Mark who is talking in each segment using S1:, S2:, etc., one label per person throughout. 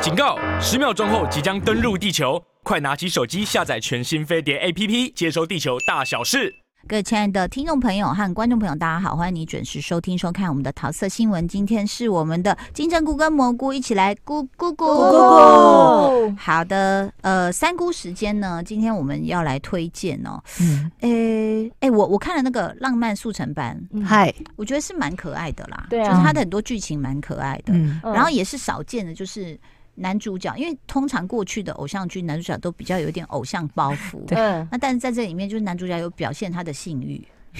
S1: 警告！十秒钟后即将登陆地球，快拿起手机下载全新飞碟 APP，接收地球大小事。
S2: 各位亲爱的听众朋友和观众朋友，大家好，欢迎你准时收听收看我们的桃色新闻。今天是我们的金针菇跟蘑菇一起来咕咕咕咕咕。好的，呃，三姑时间呢，今天我们要来推荐哦，
S3: 嗯，
S2: 诶、诶，我我看了那个《浪漫速成班》，
S4: 嗯
S3: 嗨，
S2: 我觉得是蛮可爱的啦，
S4: 对啊
S2: 就是它的很多剧情蛮可爱的，
S3: 嗯，
S2: 然后也是少见的，就是。男主角，因为通常过去的偶像剧男主角都比较有一点偶像包 袱，
S4: 嗯，
S2: 那但是在这里面，就是男主角有表现他的性欲。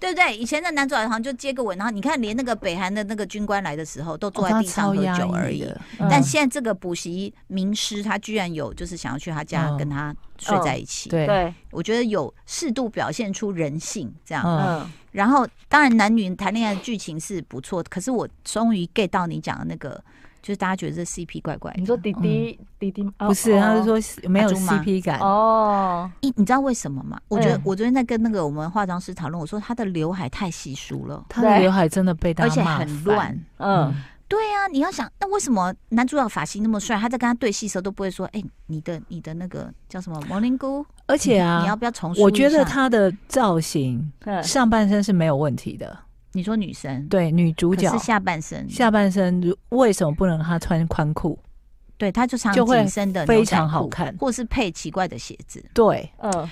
S2: 对不对？以前的男主角好像就接个吻，然后你看，连那个北韩的那个军官来的时候，都
S3: 哦
S2: 坐在地上喝酒而已。
S4: 嗯
S3: 嗯
S2: 但现在这个补习名师，他居然有就是想要去他家
S3: 嗯
S2: 跟他睡在
S4: 嗯
S2: 一起。
S3: 对，
S4: 对，
S2: 我觉得有适度表现出人性这样。
S3: 嗯
S4: 嗯，
S2: 然后，当然男女谈恋爱的剧情是不错，可是我终于 get 到你讲的那个，就是大家觉得这 CP 怪怪的。
S4: 你说弟弟弟弟
S3: 嗯不是，他是说是没有
S2: 阿朱吗
S3: CP 感，
S4: 哦，
S2: 你你知道为什么吗？我觉得
S4: 嗯
S2: 我昨天在跟那个我们化妆师讨论，我说她的刘海太稀疏了，
S3: 他的刘海真的被大
S2: 而
S3: 家
S2: 且
S3: 骂
S2: 很乱。。
S4: 嗯，
S2: 对啊，你要想，那为什么男主角发型那么帅，他在跟他对戏的时候都不会说，哎、你的你的那个叫什么毛灵 菇，
S3: 而且
S2: 你要
S3: 啊，
S2: 不要重述一下？
S3: 我觉得他的造型
S4: 嗯
S3: 上半身是没有问题的，
S2: 你说女生
S3: 对，女主角
S2: 可是下半身，
S3: 下半身如为什么不能让她穿宽裤？
S2: 对，他就常
S3: 就会
S2: 紧身的
S3: 非
S2: 牛仔
S3: 常好
S2: 裤
S3: 看
S2: 或是配奇怪的鞋子，
S3: 对，
S4: 嗯，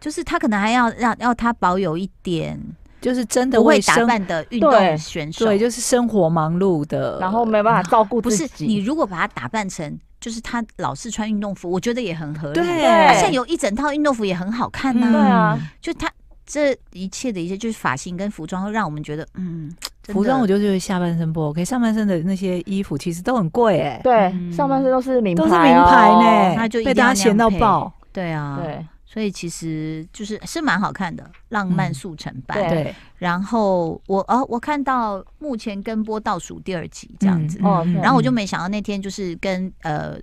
S2: 就是他可能还要让要他保有一点
S3: 就是真的
S2: 不会打
S3: 生，
S2: 扮的运动
S4: 对
S2: 选手，
S3: 对，就是生活忙碌的，
S4: 然后没办法照顾
S2: 不
S4: 自
S2: 是
S4: 己，
S2: 你如果把它打扮成，就是他老是穿运动服，我觉得也很合理。
S3: 对，
S2: 他
S4: 对
S2: 现在有一整套运动服也很好看呐、
S4: 对啊
S3: 嗯
S2: 就他这一切的一切，就是发型跟服装，会让我们觉得，嗯，真的
S3: 服装我就觉得下半身不 OK，上半身的那些衣服其实都很贵哎，
S4: 对上半身都是名牌，哦
S3: 都是名牌呢，
S2: 那就一定
S3: 被大
S2: 要
S3: 家嫌
S2: 那
S3: 到
S2: 样配
S3: 爆，
S2: 对啊，，
S4: 对，
S2: 所以其实就是是蛮好看的，浪漫
S3: 嗯
S2: 速成版。
S4: 对
S3: 对，
S2: 然后我哦，我看到目前跟播倒数第二集这样子，
S3: 嗯
S4: 哦
S3: 嗯
S2: 然后我就没想到那天就是跟呃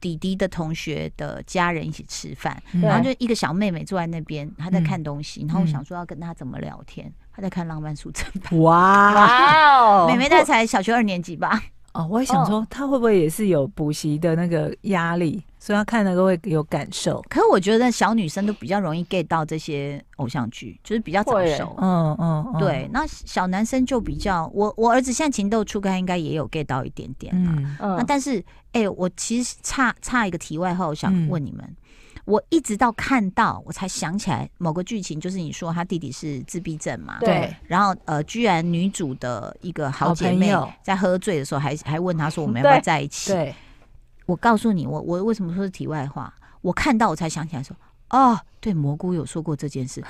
S2: 弟弟的同学的家人一起吃饭，
S3: 嗯
S2: 然后
S4: 对
S2: 就一个小妹妹坐在那边，她在看东西，然后我
S3: 嗯
S2: 想说要跟她怎么聊天，她在看《浪漫速成班
S3: 哇
S4: 哇哦，
S2: 妹妹大概才小学二年级吧，
S3: 哦，我也想说他会不会也是有补习的那个压力，所以他看那个会有感受。
S2: 可是我觉得小女生都比较容易 get 到这些偶像剧，就是比较早
S4: 会耶
S2: 熟。
S3: 嗯嗯，嗯
S2: 对，，那小男生就比较，我我儿子现在情窦初开，应该也有 get 到一点点啦。
S3: 嗯
S2: 那、
S4: 嗯，
S2: 但是，哎、我其实差差一个题外话，我想
S3: 嗯
S2: 问你们，我一直到看到我才想起来某个剧情，就是你说他弟弟是自闭症嘛，
S3: 对
S4: 对，
S2: 然后呃，居然女主的一个好姐妹
S3: 好朋友
S2: 在喝醉的时候还，还问他说我们要不要
S4: 对
S2: 在一起？
S3: 对，
S2: 我告诉你，我我为什么说是题外话？我看到我才想起来说，哦，对，蘑菇有说过这件事。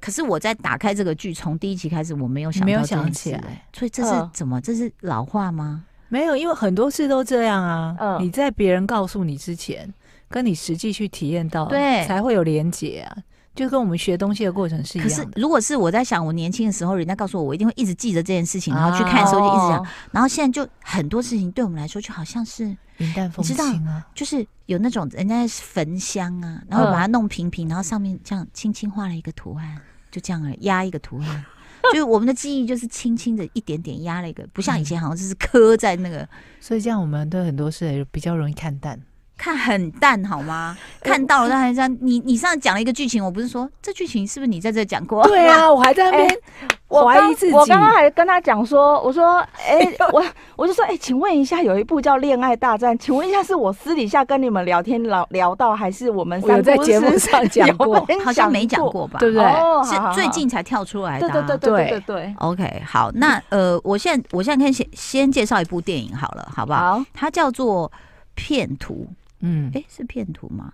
S2: 可是我在打开这个剧，从第一集开始，我没有想到
S3: 没有
S2: 这件
S3: 想起
S2: 事
S3: 来，
S2: 所以这是
S4: 嗯
S2: 怎么？这是老话吗？
S3: 没有，因为很多事都这样啊。
S4: 嗯
S3: 你在别人告诉你之前，跟你实际去体验到，
S2: 对
S3: 才会有连结啊。就跟我们学东西的过程是一
S2: 可是
S3: 样的。
S2: 如果是我在想，我年轻的时候，人家告诉我，我一定会一直记着这件事情，然后去看的时候就一直想，
S4: 哦，
S2: 然后现在就很多事情对我们来说，就好像是
S3: 云淡风轻
S2: 你
S3: 啊，
S2: 就是有那种人家在焚香啊，然后
S4: 嗯
S2: 把它弄平平，然后上面这样轻轻画了一个图案，就这样而已压一个图案。 就是我们的记忆，就是轻轻的一点点压了一个，不像以前好像就是刻在那个，
S3: 所以这样我们对很多事也比较容易看淡。
S2: 看很淡好吗？
S4: 呃
S2: 看到了，但还这样。你你上次讲了一个剧情，我不是说这剧情是不是你在这讲过？
S3: 对啊，我还在那边
S4: 哦哎我
S3: 怀
S4: 刚
S3: 疑自己。
S4: 我刚刚还跟他讲说，我说，哎、我我就说，哎、请问一下，有一部叫《恋爱大战》，请问一下，是我私底下跟你们聊天聊聊到，还是我们
S3: 我有
S4: 三
S3: 在
S4: 姑
S3: 节目
S4: 是
S3: 上 讲
S4: 有哎
S3: 过，
S4: 分
S2: 好像没讲
S4: 享
S2: 过吧？
S3: 对不对？
S4: 哦，好好
S2: 是
S4: 好
S2: 最近才跳出来的、
S4: 对
S2: 啊。
S4: 对对对对对对，
S2: OK，好，那呃，我现在我现在可以先先介绍一部电影好了，好不好？
S4: 好，
S2: 它叫做《骗徒》，
S3: 嗯，
S2: 诶，是骗徒吗？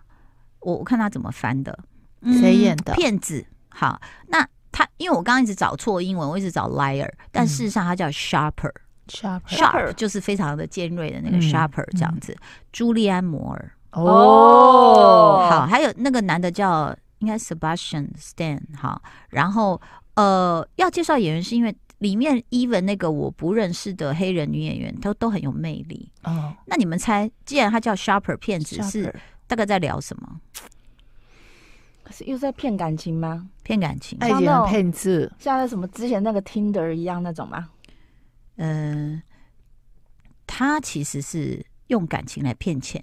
S2: 我我看他怎么翻的，嗯
S3: 谁演的
S2: 骗子。好，那他因为我刚刚一直找错英文，我一直找 liar，但
S3: 嗯
S2: 事实上它叫 sharper，sharp、
S3: sharp
S4: Sharper
S2: 就是非常的尖锐的那个
S3: 嗯
S2: sharper 这样
S3: 嗯
S2: 子。朱利安摩尔，
S4: 哦
S2: 好，还有那个男的叫应该 Sebastian Stan 哈，然后呃，要介绍演员是因为里面 even 那个我不认识的黑人女演员都都很有魅力。
S3: 哦，
S2: 那你们猜，既然他叫 Sharper 骗子，是
S3: Sharper
S2: 大概在聊什么？
S4: 是又在骗感情吗？
S2: 骗感情？
S3: 爱情的骗子，
S4: 像那什么之前那个 Tinder 一样那种吗？
S2: 嗯、呃他其实是用感情来骗钱，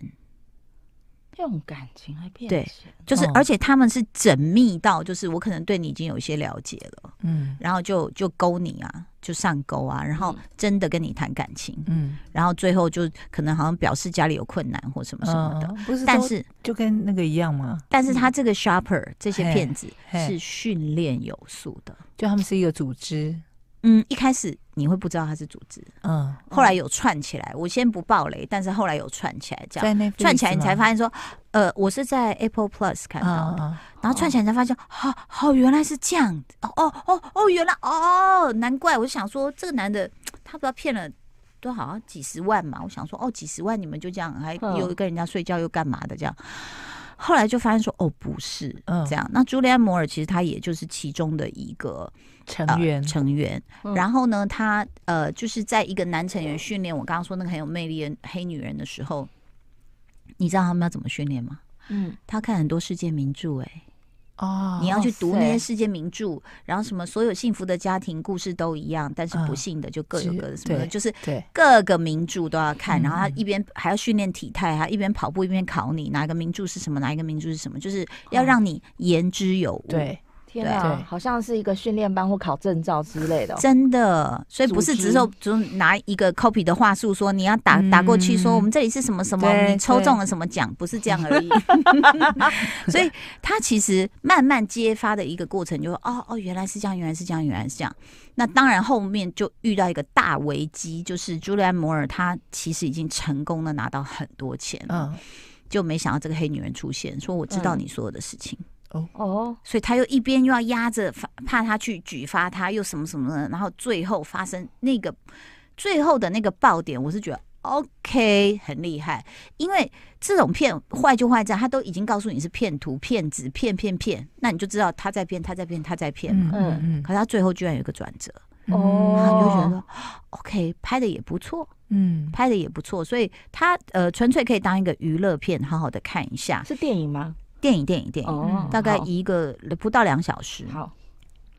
S4: 用感情来骗
S2: 对
S4: 钱，
S2: 就是、
S3: 哦
S2: 而且他们是缜密到，就是我可能对你已经有一些了解了，
S3: 嗯
S2: 然后就就勾你啊，就上钩啊，然后
S4: 嗯
S2: 真的跟你谈感情，
S3: 嗯
S2: 然后最后就可能好像表示家里有困难或什么什么的，
S3: 嗯不是都，
S2: 但是
S3: 就跟那个一样嘛，
S2: 但是他这个 shopper 这些
S3: 嘿
S2: 骗子
S3: 嘿
S2: 是训练有素的。
S3: 就他们是一个组织，
S2: 嗯，一开始你会不知道他是组织，
S3: 嗯，
S2: 后来有串起来。我先不爆雷，但是后来有串起来，这样
S3: 在那
S2: 串起来啊你才发现说，呃，我是在 Apple Plus 看到的，
S3: 啊，
S2: 然后串起来你才发现，哦哦，原来是这样子，哦哦哦哦，原来哦，难怪我就想说这个男的他不知道骗了。多好像几十万嘛，我想说哦，几十万你们就这样，还
S4: 嗯
S2: 又跟人家睡觉又干嘛的这样？后来就发现说哦，不是、
S3: 嗯
S2: 这样。那朱利安·摩尔其实他也就是其中的一个
S3: 成
S2: 呃
S3: 员，
S2: 成员。
S4: 嗯
S2: 然后呢，他呃，就是在一个男成员训练我刚刚说那个很有魅力的黑女人的时候，你知道他们要怎么训练吗？
S4: 嗯，
S2: 他看很多世界名著、哎、
S3: 哦
S2: 你要去读那些
S4: 塞
S2: 世界名著，然后什么所有幸福的家庭故事都一样，但是不
S3: 嗯
S2: 幸的就各有
S3: 是
S2: 各的什么的，
S3: 对
S2: 就是
S3: 对，
S2: 各个名著都要看，
S3: 嗯
S2: 然后他一边还要训练体态，还一边跑步一边考你哪一个名著是什么，哪一个名著是什么，就是要
S3: 哦
S2: 让你言之有物。
S3: 对，
S4: 天
S2: 对
S4: 啊，
S3: 对
S4: 好像是一个训练班或考证照之类的哦。
S2: 真的，所以
S4: 组
S2: 不是只
S4: 织
S2: 是只拿一个 copy 的话术说你要打打过去，说
S3: 嗯
S2: 我们这里是什么什么，
S3: 对
S2: 你抽
S3: 对
S2: 中了什么奖，不是这样而已。 所以他其实慢慢揭发的一个过程，就说哦哦，原来是这样，原来是这样，原来是这样。那当然后面就遇到一个大危机，就是朱利安摩尔他其实已经成功的拿到很多钱了，
S3: 嗯，
S2: 就没想到这个黑女人出现，说我知道你所有的事情。
S4: 哦，
S2: 所以他又一边又要压着，发怕他去举发他，又什么什么的，然后最后发生那个最后的那个爆点，我是觉得 OK 很厉害，因为这种骗坏就坏在他都已经告诉你是骗徒、骗子、骗骗骗，那你就知道他在骗，他在骗，他在骗嘛。
S3: 嗯
S2: 可是他最后居然有一个转折，
S3: 嗯
S2: 然后你就
S4: 哦
S2: 觉得说 OK 拍的也不错，
S3: 嗯，
S2: 拍的也不错，所以他呃纯粹可以当一个娱乐片，好好的看一下
S4: 是电影吗？
S2: 电影，电影，电影，
S4: 哦，
S2: 大概
S4: 好
S2: 一个不到两小时。
S4: 好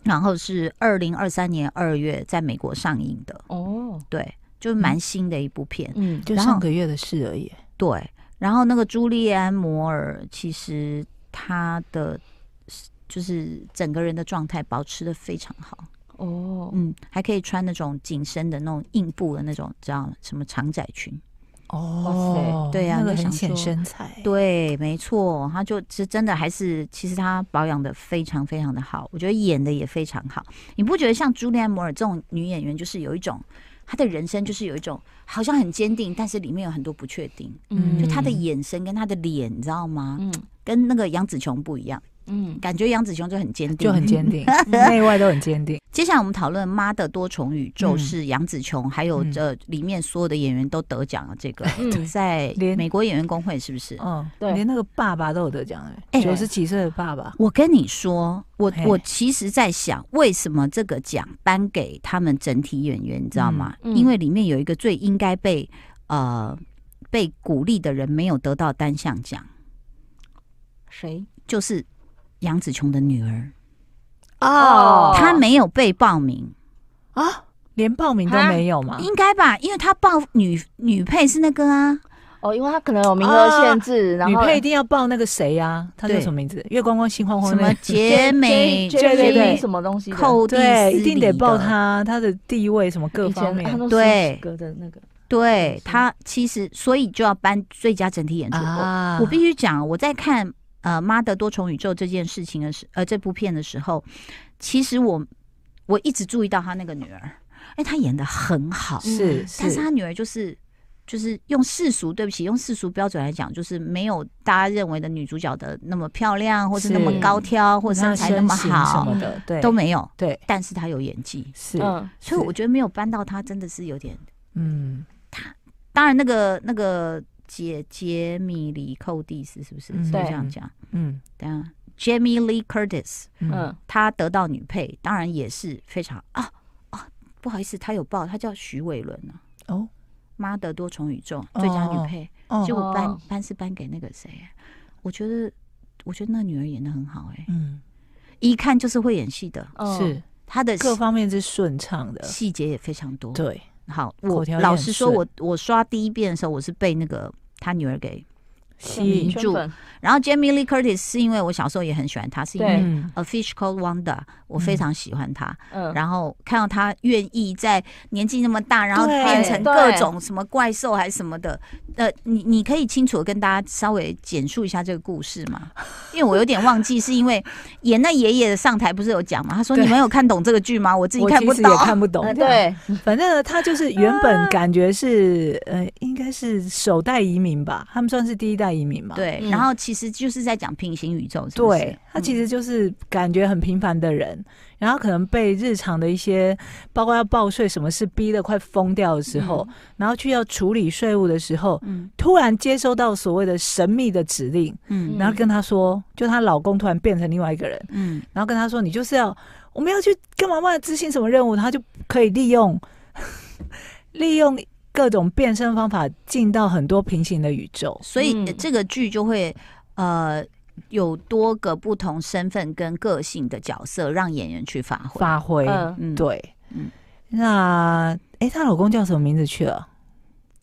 S2: 然后是二零二三年二月在美国上映的，
S4: 哦，
S2: 对，就是蛮新的一部片，
S4: 嗯，
S3: 就
S2: 然后
S3: 上个月的事而已，
S2: 对。然后那个朱利安·摩尔，其实她的就是整个人的状态保持的非常好，
S4: 哦，
S2: 嗯，还可以穿那种紧身的那种硬布的那种，知道吗什么长窄裙，
S3: 哦，
S2: 对啊
S3: 那个
S2: 就想
S3: 很显
S2: 说
S3: 身材，
S2: 对，没错，她就是真的还是，其实她保养的非常非常的好，我觉得演的也非常好。你不觉得像朱莉安·摩尔这种女演员，就是有一种她的人生就是有一种好像很坚定，但是里面有很多不确定，
S4: 嗯
S2: 就她的眼神跟她的脸，你知道吗？
S4: 嗯
S2: 跟那个杨紫琼不一样，
S4: 嗯，
S2: 感觉杨紫琼就很坚定，
S3: 就很坚 定，内外都很坚定。
S2: 接下来我们讨论《妈的多重宇宙》
S3: 嗯
S2: 是杨紫琼，还有
S3: 嗯
S2: 这里面所有的演员都得奖了。 这个、
S4: 嗯
S2: 在
S3: 连
S2: 美国演员工会是不是？
S3: 嗯，
S4: 对
S3: 连那个爸爸都有得奖
S2: 哎
S3: 哎，九十几岁的爸爸，
S2: 我跟你说，我
S3: 嘿
S2: 我其实在想，为什么这个奖颁给他们整体演员，你知道吗？
S4: 嗯嗯
S2: 因为里面有一个最应该被呃被鼓励的人没有得到单项奖，
S4: 谁？
S2: 就是杨紫琼的女儿，
S4: 哦
S2: 她没有被报名，
S3: 啊，连报名都没有吗？
S2: 应该吧？因为她报女女配是那个啊，
S4: 哦，因为他可能有名额限
S2: 哦
S4: 制，然
S3: 女
S4: 后
S3: 配一定要报那个谁呀？他叫
S2: 对
S3: 什么名字？月光光、心慌慌
S2: 什
S3: 那
S2: 么
S3: 个，
S2: 杰美
S4: J- J-
S3: 对对对
S4: J- 什么东西的
S2: 寇蒂斯
S3: 对，
S2: 里
S3: 一定得报
S2: 的
S3: 他，他的地位什么各
S4: 以
S3: 方
S4: 前
S3: 面
S4: 他。都
S2: 对
S4: 是哥的那个
S2: 对
S4: 是
S2: 他其实，所以就要颁最佳整体演出。
S3: 啊
S2: 我我必须讲，我在看呃《妈的多重宇宙》这件事情的时，呃这部片的时候，其实我我一直注意到他那个女儿，哎，她演的很好，
S3: 是
S2: 但是
S3: 是
S2: 她女儿就是。就是用世俗，对不起，用世俗标准来讲，就是没有大家认为的女主角的那么漂亮，或是那么
S4: 是
S2: 高挑，或身
S3: 他
S2: 材那么
S3: 身形什
S2: 好，
S3: 么的，对，
S2: 都没有。
S3: 对，
S2: 但是她有演技，
S3: 是，
S4: 嗯
S2: 所以我觉得没有搬到她真的是有点
S3: 嗯
S2: 当然，那个那个杰杰米里寇蒂斯是不是？
S3: 嗯
S2: 是不是
S4: 对
S2: 这样讲？
S3: 嗯
S2: 等一下，Jamie Lee Curtis
S3: 嗯
S4: 嗯
S2: 她得到女配，当然也是非常啊啊，不好意思，她有报，她叫徐伟伦啊，
S3: 哦
S2: 妈的多重宇宙最佳女配，
S3: 哦
S2: 结果颁
S4: 哦
S2: 颁是颁给那个谁？啊我觉得我觉得那女儿演的很好哎、
S3: 嗯
S2: 一看就是会演戏的，
S4: 嗯
S3: 是
S2: 她的
S3: 各方面是顺畅的，
S2: 细节也非常多，
S3: 对，
S2: 好，
S3: 口
S2: 我
S3: 条也
S2: 老
S3: 很
S2: 实说，
S3: 顺
S2: 我我刷第一遍的时候，我是被那个他女儿给
S3: 吸引
S2: 嗯，住然后 Jamie Lee Curtis 是因为我小时候也很喜欢她，是因为
S4: 对
S3: 嗯
S2: A Fish Called Wanda，我非常喜欢她。
S4: 嗯，
S2: 然后看到她愿意在年纪那么大，然后
S3: 对
S2: 变成
S4: 对
S2: 各种什么怪兽还是什么的，呃，你你可以清楚的跟大家稍微简述一下这个故事吗？因为我有点忘记，是因 为演那爷爷的上台不是有讲吗？他说
S3: 对
S2: 你们有看懂这个剧吗？我自己
S3: 我
S2: 看
S3: 其
S2: 不
S3: 实也
S2: 懂。
S3: 看不 懂，
S4: 呃
S5: 嗯，对，
S3: 反正呢，他就是原
S2: 啊
S3: 本感觉是呃，应该是首代移民吧，他们算是第一代移民嘛。
S2: 对，
S5: 嗯
S2: 然后其实就是在讲平行宇宙，是不是
S3: 对，他其
S2: 嗯
S3: 实就是感觉很平凡的人，然后可能被日常的一些，包括要报税什么事逼得快疯掉的时候，然后去要处理税务的时候，
S2: 嗯
S3: 突然接收到所谓的神秘的指令，
S2: 嗯
S3: 然后跟她说，就她老公突然变成另外一个人，
S2: 嗯，
S3: 然后跟她说，你就是要我们要去干嘛嘛执行什么任务，她就可以利用 利用各种变身方法进到很多平行的宇宙。
S2: 所以呃
S4: 嗯
S2: 这个剧就会呃有多个不同身份跟个性的角色，让演员去发挥。
S3: 发挥，
S4: 嗯
S2: 嗯，，
S3: 对，
S2: 嗯
S3: 那哎，她老公叫什么名字去了？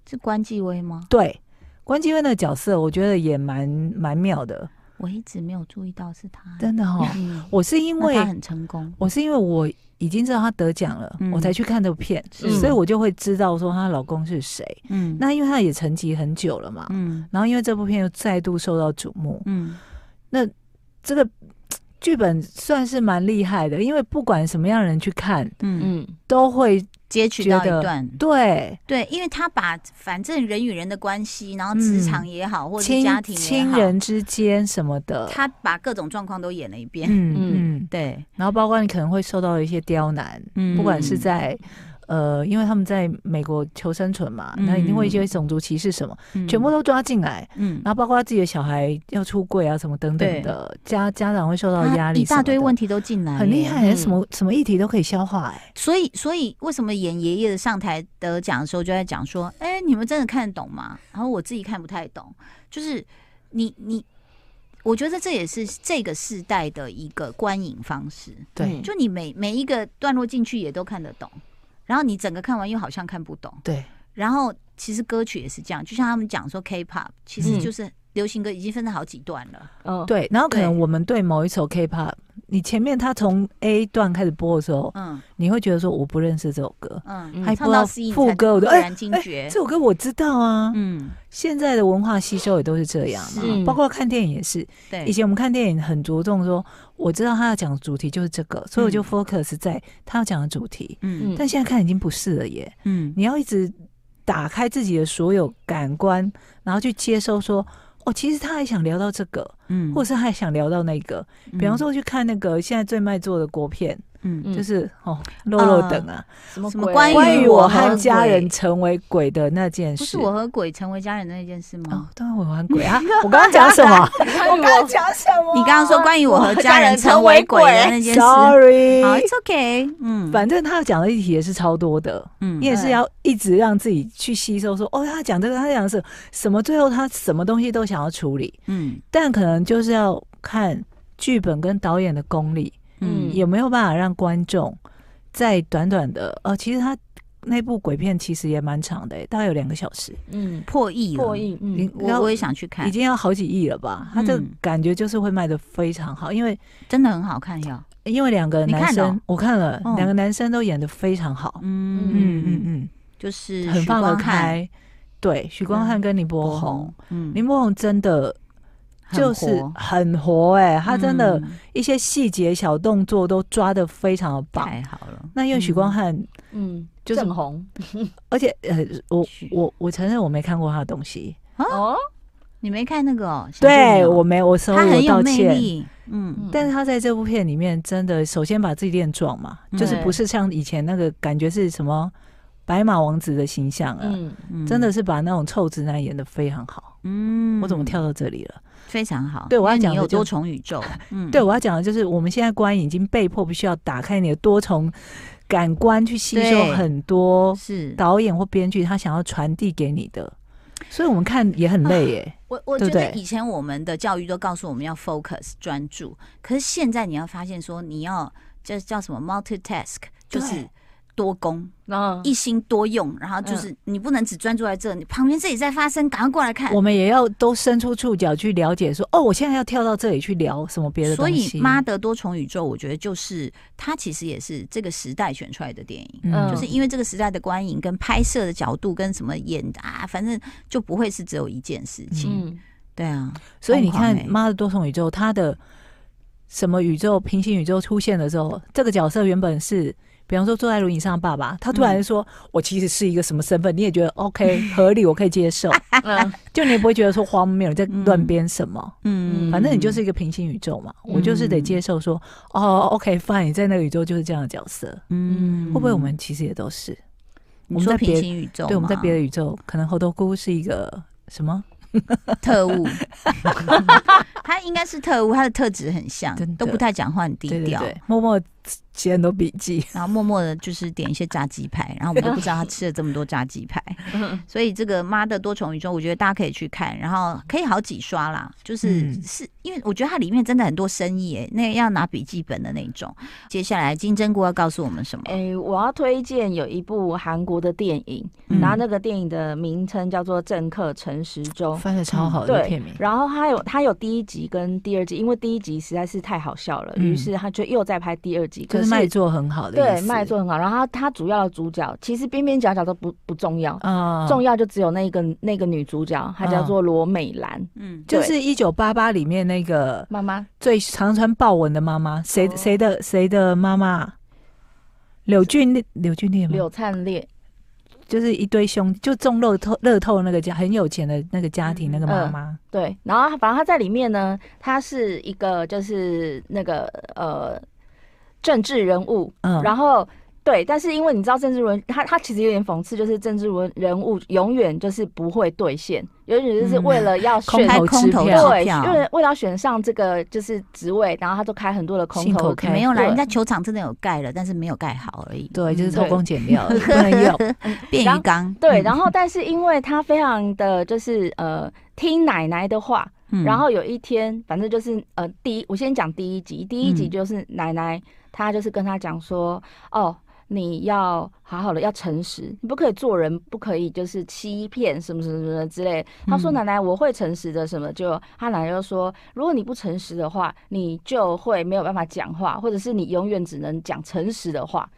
S2: 是关继威吗？
S3: 对，关继威那个角色，我觉得也蛮蛮妙的，
S2: 我一直没有注意到是他，
S3: 真 的哈、
S2: 嗯，
S3: 我是哦因
S2: 因
S3: 为
S2: 他很成功，
S3: 我是因为我已经知道她得奖了，
S2: 嗯
S3: 我才去看这部片，
S5: 嗯
S3: 所以我就会知道说她老公是谁。
S2: 嗯
S3: 那因为她也沉寂很久了嘛，
S2: 嗯
S3: 然后因为这部片又再度受到瞩目，
S2: 嗯
S3: 这个剧本算是蛮厉害的，因为不管什么样的人去看，
S2: 嗯，
S5: 嗯，
S3: 都会
S2: 截取到
S3: 觉得
S2: 一段，
S3: 对
S2: 对，因为他把反正人与人的关系，然后职场也好，或者是
S3: 嗯亲
S2: 家庭也
S3: 亲
S2: 好，
S3: 人之间什么的，
S2: 他把各种状况都演了一遍。
S3: 嗯
S5: 嗯
S3: 嗯，
S2: 对，
S3: 然后包括你可能会受到一些刁难，
S2: 嗯
S3: 不管是在呃，因为他们在美国求生存嘛，
S2: 嗯
S3: 那一定会一些种族歧视什么，
S2: 嗯
S3: 全部都抓进来。
S2: 嗯。
S3: 然后包括他自己的小孩要出柜啊什么等等的，家家长会受到压
S2: 他
S3: 力，
S2: 啊一大堆问，题都进来耶，
S3: 很厉害，
S5: 嗯
S3: 什么什么议题都可以消化哎。
S2: 所以，所以为什么演爷爷的上台得奖的时候就在讲说，哎、你们真的看得懂吗？然后我自己看不太懂，就是你你，我觉得这也是这个世代的一个观影方式，
S3: 对
S2: 就你每每一个段落进去也都看得懂，然后你整个看完又好像看不懂，
S3: 对，
S2: 然后其实歌曲也是这样，就像他们讲说 K-pop，其实
S5: 嗯
S2: 就是流行歌已经分成好几段了，
S4: 嗯，
S3: 对，然后可能
S2: 哦对
S3: 我们对某一首 K-pop，你前面他从 A 段开始播的时候，
S2: 嗯
S3: 你会觉得说我不认识这首歌，
S2: 嗯，
S3: 还
S2: 唱
S3: 不
S2: 到
S3: 到
S2: C 你
S3: 副
S2: 才
S3: 歌，我
S2: 突
S3: 就哎
S2: 然惊
S3: 哎
S2: 觉，
S3: 这首歌我知道啊。
S2: 嗯，
S3: 现在的文化吸收也都是这样嘛
S5: 是，
S3: 包括看电影也是。
S2: 对，
S3: 以前我们看电影很着重说，我知道他要讲的主题就是这个，所以我就 focus 在他要讲的主题。
S2: 嗯
S5: 嗯
S3: 但现在看已经不是了耶，
S2: 嗯
S3: 你要一直打开自己的所有感官，然后去接收说，哦，其实他还想聊到这个，
S2: 嗯
S3: 或者是他还想聊到那个。比方说去看那个现在最卖座的国片，
S2: 嗯，
S5: 嗯
S2: 嗯，
S3: 就是哦，肉肉等啊，
S5: 什么
S2: 什么
S5: 鬼
S2: 关
S3: 关
S2: 于
S3: 于
S2: 我
S3: 我
S2: 和
S3: 和家
S2: 鬼
S3: 人成为鬼的那件事。
S2: 不是我和鬼成为家人的那件事
S3: 哦
S2: 吗？，
S3: 当然我玩 鬼啊！我刚刚讲什么
S5: 关于我
S4: 讲什
S3: 哦
S4: 么
S2: 你刚刚说关于我和家人成为鬼的那件事， 好
S3: 哦？Sorry，
S2: ，It's OK，嗯，
S3: 反正他讲的议题也是超多的，
S2: 嗯
S3: 你也是要一直让自己去吸收说哦，他讲这个，他讲什什么，最后他什么东西都想要处理，
S2: 嗯
S3: 但可能就是要看剧本跟导演的功力，
S2: 嗯
S3: 有没有办法让观众在短短的呃，其实他那部鬼片其实也蛮长的、大概有两个小时，
S5: 嗯，
S2: 破亿了
S5: 破，亿，嗯
S3: 你
S2: 我我也想去看
S3: 已，经要好几亿了吧？他这个
S2: 嗯
S3: 感觉就是会卖的非常好，因为
S2: 真的很好看哟，
S3: 因为两个
S2: 你
S3: 男
S2: 看了
S3: 生，我看了
S2: 哦
S3: 两个男生都演的非常好，嗯
S2: 嗯
S3: 嗯
S2: 嗯，
S3: 嗯，
S2: 就是
S3: 很
S2: 许
S3: 放得
S2: 光汉、
S3: 开。对，许光汉跟林柏宏，，
S2: 嗯，
S3: 林柏宏真的
S2: 很
S3: 就是
S2: 活
S3: 很活哎、他真的
S2: 嗯
S3: 一些细节小动作都抓的非常的棒。
S2: 太好了，
S3: 那因为许光汉，
S5: 嗯，
S3: 就是
S5: 郑红
S3: 而且呃，我
S2: 许
S3: 我我承认我没看过他的东西，
S5: 哦，
S2: 你没看那个哦？想见你
S3: 对
S2: 哦
S3: 我没我收
S2: 他很
S3: 我
S2: 有
S3: 道
S2: 魅
S3: 歉。
S2: 力，嗯
S3: 但是他在这部片里面真的，首先把自己练壮嘛，
S2: 嗯
S3: 就是不是像以前那个感觉是什么白马王子的形象啊，
S5: 嗯
S2: 嗯
S3: 真的是把那种臭直男演的非常好。
S2: 嗯
S3: 我怎么跳到这里了？
S2: 非常好，
S3: 对我要
S2: 因为
S3: 讲
S2: 你
S3: 的
S2: 有
S3: 就
S2: 多重宇宙，嗯，
S3: 对，我要讲的就是，我们现在观影已经被迫必须要打开你的多重感官去吸收
S2: 对
S3: 很多
S2: 嗯是
S3: 导演或编剧他想要传递给你的，所以我们看也很
S2: 啊
S3: 累耶。
S2: 我我觉
S3: 对不
S2: 得
S3: 对
S2: 以前我们的教育都告诉我们要 focus 专注，可是现在你要发现说你要这叫什么 multitask，就是
S3: 对
S2: 多功，
S4: 嗯，
S2: 一心多用，然后
S3: 嗯
S2: 就是你不能只专注在这，你旁边这里在发生，赶快过来 看
S3: 我。们也要都伸出触角去了解说哦，我现在要跳到这里去聊什么别的东
S2: 所
S3: 西。
S2: 以，《妈的多重宇宙》我觉得就是它其实也是这个时代选出来的电影，
S4: 嗯
S2: 就是因为这个时代的观影跟拍摄的角度跟什么演啊，反正就不会是只有一件事情。
S4: 嗯
S2: 对啊，
S3: 所以你看
S2: 疯狂
S3: 《
S2: 欸
S3: 妈的多重宇宙》，它的什么宇宙平行宇宙出现的时候，这个角色原本是，比方说坐在轮椅上的爸爸，他突然说：“我其实是一个什么身份？”你也觉得 OK 合理，我可以接受，
S4: 嗯，
S3: 就你也不会觉得说荒谬，你在乱编什么。
S2: 嗯
S3: 反正你就是一个平行宇宙嘛，
S4: 嗯
S3: 我就是得接受说，哦，OK fine，你在那个宇宙就是这样的角色，
S2: 嗯
S3: 会不会我们其实也都是？
S2: 你
S3: 我们
S2: 说
S3: 在别
S2: 平行宇宙吗？
S3: 对，我们在 别的宇宙，可能猴头菇是一个什么？
S2: 特务， 他应该是特务，他的特质很像
S3: 真，的
S2: 都不太讲话，很低
S3: 对对
S2: 调，
S3: 对，默默写很多笔 记。
S2: 然后默默的就是点一些炸鸡排，然后我们都不知道他吃了这么多炸鸡排，
S4: 嗯
S2: 所以这个《妈的多重宇宙》，我觉得大家可以去看，然后可以好几刷啦，就是、
S3: 嗯
S2: 是因为我觉得它里面真的很多深意，哎，那个要拿笔记本的那种。接下来金针菇要告诉我们什么？
S4: 哎，我要推荐有一部韩国的电影，
S2: 嗯
S4: 然后那个电影的名称叫做《政客陈时中》。
S3: 翻的超好的
S4: 对
S3: 哦片名，，
S4: 然后他有他有第一集跟第二集，因为第一集实在是太好笑了，于
S3: 嗯
S4: 是他就又在拍第二集，
S3: 就
S4: 可
S3: 是卖座很好的
S4: 对
S3: 意思
S4: 卖座很好。然后他他主要的主角其实边边角角都不不重要，
S3: 啊，
S4: 重要就只有那个那个女主角，她叫做罗美兰
S2: 嗯，
S3: 就是一九八八里面那个
S4: 妈妈。
S3: 最常穿豹纹的妈妈，谁
S4: 哦
S3: 谁的谁的妈妈？柳俊烈柳俊烈吗
S4: 柳？灿烈，
S3: 就是一堆兄就中乐透乐透那个家很有钱的那个家庭
S2: 嗯
S3: 那个妈妈，
S4: 对，然后反正他在里面呢，他是一个就是那个呃政治人物，
S3: 嗯，
S4: 然后对，但是因为你知道政治人，他他其实有点讽刺，就是政治人人物永远就是不会兑现，尤其是为了要选、
S3: 空
S2: 开
S3: 头
S2: 空
S3: 支
S2: 头
S3: 票
S2: 支
S4: 对，
S2: 票
S4: 因。为为了要选上这个就是职位，然后他就开很多的空
S3: 信口
S4: 头
S3: 开
S2: 没有啦，
S4: 对
S2: 人家球场真的有盖了，但是没有盖好而已。
S3: 对，就是
S2: 嗯
S3: 偷工减料，不能用。
S2: 便于刚。
S4: 对，然后但是因为他非常的就是呃听奶奶的话，
S2: 嗯
S4: 然后有一天，反正就是呃，第一，我先讲第一集，第一集
S3: 嗯
S4: 就是奶奶，她就是跟她讲说，哦，你要好好的，要诚实，你不可以做人，不可以就是欺骗什么什么什么之类的。她说
S3: 嗯
S4: 奶奶，我会诚实的什么，就她奶奶就说，如果你不诚实的话，你就会没有办法讲话，或者是你永远只能讲诚实的话。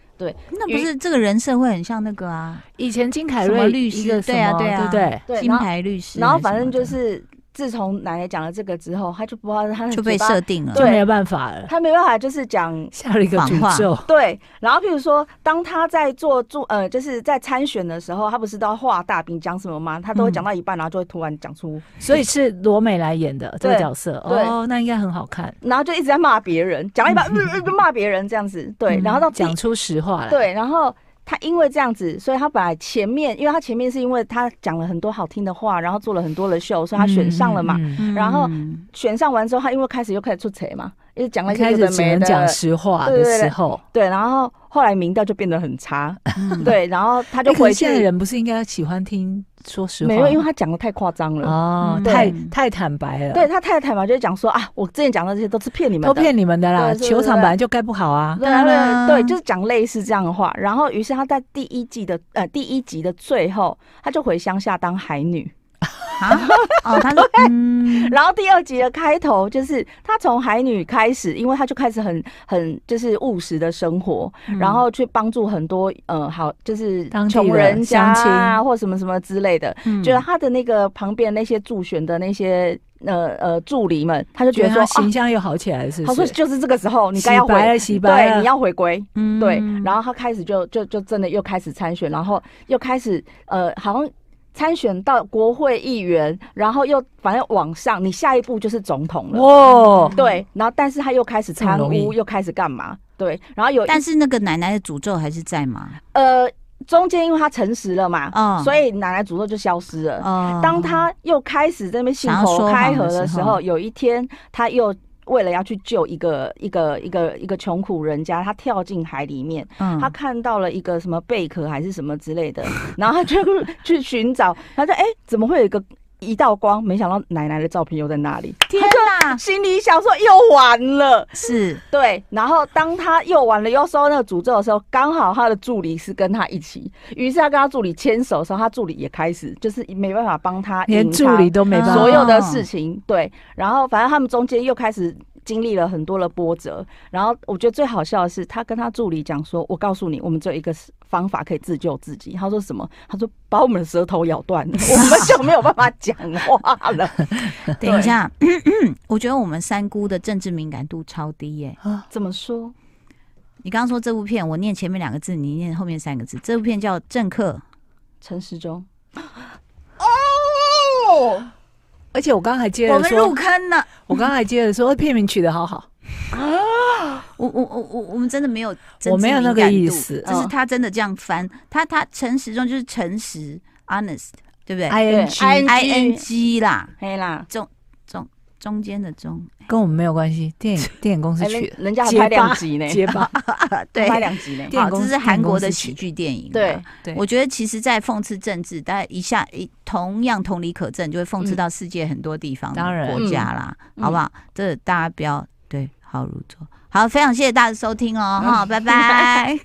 S2: 那不是这个人设会很像那个啊，
S3: 以前金凯
S2: 什么
S3: 瑞
S2: 律
S3: 一
S2: 师
S3: 个
S2: 对
S3: 什
S2: 啊
S3: 么
S2: 对
S3: 对
S2: 啊
S3: 不对？
S4: 对，
S2: 金
S4: 然后
S2: 牌律师还什么的，
S4: 然后反正就是自从奶奶讲了这个之后，她就不知道她的
S2: 就被
S4: 嘴巴
S2: 设，定了。
S3: 就
S4: 对
S3: 没有办法了，
S4: 她没办法就是讲
S3: 下了一个诅咒。
S4: 对，然后譬如说，当他在做做呃，就是在参选的时候，他不是都要画大饼讲什么吗？他都
S3: 嗯
S4: 会讲到一半，然后就会突然讲出，
S3: 所以是罗美来演的这个
S4: 对
S3: 角色
S4: 对
S3: 哦，那应该很好看。
S4: 然后就一直在骂别人，讲到一半，嗯嗯，就骂别人这样子。对，然后到
S3: 嗯
S4: 第
S3: 讲出实话来，
S4: 对，然后他因为这样子，所以他本来前面，因为他前面是因为他讲了很多好听的话，然后做了很多的秀，所以他选上了嘛。
S3: 嗯嗯
S2: 嗯
S3: 嗯
S4: 然后选上完之后，他因为开始又开始出贼嘛，一直讲了一些
S3: 开
S4: 有
S3: 始
S4: 的
S3: 只
S4: 没
S3: 能
S4: 的，
S3: 讲实话的时候，
S4: 对，然后后来民调就变得很差，
S2: 嗯，
S4: 对，然后他
S3: 那
S4: 就
S3: 哎可
S4: 回
S3: 是
S4: 去
S3: 现在。人不是应该喜欢听说实话？
S4: 没有，因为他讲的太夸张了。
S3: 哦
S2: 嗯，
S3: 太
S2: 对
S3: 太坦白了，
S4: 对，他太太嘛，就是讲说啊，我之前讲的这些都是骗你们
S3: 都
S4: 的，
S3: 骗你们的啦，
S4: 对对对
S3: 球场本来就盖不好啊。
S4: 对
S2: 当然
S4: 对对，就是讲类似这样的话。然后，于是他在第一季的呃第一集的最后，他就回乡下当海女。
S2: 啊，哦，他说，嗯，
S4: 然后第二集的开头就是他从海女开始，因为他就开始很很就是务实的生活，然后去帮助很多呃好就是
S3: 嗯当地
S4: 穷
S3: 人
S4: 人家啊
S3: 乡亲嗯
S4: 或什么什么之类的，觉得他的那个旁边那些助选的那些呃呃助理们，他就觉
S3: 觉
S4: 得
S3: 得
S4: 说
S3: 他
S4: 啊
S3: 形象又好起来，是
S4: 他
S3: 不
S4: 说
S3: 是？
S4: 就是这个时候，你该
S3: 洗
S4: 要
S3: 白
S4: 回，
S3: 了，洗白
S4: 对，你
S3: 了。
S4: 要回归。
S2: 嗯
S4: 对，然后他开始就就就真的又开始参选，然后又开始呃，好像参选到国会议员，然后又反正往上，你下一步就是总统了。
S3: 哇，
S4: 对，然后但是他又开始贪
S3: 这么容
S4: 污，
S3: 易
S4: 又开始干嘛？对，然后有一
S2: 但是那个奶奶的诅咒还是在嘛？
S4: 呃中间因为他诚实了嘛，
S2: 嗯
S4: 所以奶奶诅咒就消失了。
S2: 哦，
S4: 当他又开始在那边信
S2: 想要
S4: 口
S2: 说
S4: 开
S2: 谎
S4: 河
S2: 的
S4: 的
S2: 时
S4: 时
S2: 候
S4: 候，有一天他又为了要去救一个一个一个一个穷苦人家，他跳进海里面，
S2: 嗯
S4: 他看到了一个 什么贝壳还是什么之类的，然后他就去寻找，他说：“哎、怎么会有一个一道光，没想到奶奶的照片又在那里，
S2: 天哪，
S4: 心里想说又完了。
S2: 是
S4: 对，然后当他又完了又收到那个诅咒的时候，刚好他的助理是跟他一起，于是他跟他助理牵手的时候，他助理也开始就是没办法帮他赢
S3: 连
S4: 他
S3: 助理都没办法。
S4: 所有的事情，对，然后反正他们中间又开始经历了很多的波折，然后我觉得最好笑的是，他跟他助理讲说：“我告诉你，我们只有一个方法可以自救自己。”他说什么？他说把我们的舌头咬断，我们就没有办法讲话了。
S2: 等一下，我觉得我们三姑的政治敏感度超低耶、
S4: 怎么说？
S2: 你刚刚说这部片，我念前面两个字，你念后面三个字。这部片叫《政客》，
S4: 陈时中。哦，
S3: 而且我刚刚还接
S2: 我
S3: 着
S2: 们入
S3: 说，
S2: 坑了。
S3: 我刚刚还接着说片名取得好好，
S2: 我我我我我们真的没有，
S3: 我没有那个意思嗯
S2: 就是他真的这样翻，他他诚实中就是诚实，honest，对不对
S3: i n g
S4: ，I-
S2: ？i n g 啦，
S4: 黑啦，
S2: 中间的中，
S3: 跟我们没有关系，电影 电影公司
S4: 哎
S3: 取
S4: 人
S3: 的。
S4: 人家还拍两集呢，
S3: 结巴，
S2: 对，啊
S4: 拍两集呢。
S3: 啊电
S2: 好，
S3: 影公
S2: 这
S3: 司
S2: 是韩国的
S3: 电影公司
S2: 喜剧电影。
S4: 对，
S3: 对
S2: 我觉得其实，在讽刺政治，大家一下一同样同理可证，就会讽刺到世界很多地方、
S3: 嗯当然
S2: 国家啦，
S4: 嗯
S2: 好不好？这
S3: 嗯
S2: 大家不要对号入座。好，非常谢谢大家的收听哦，哈，拜拜。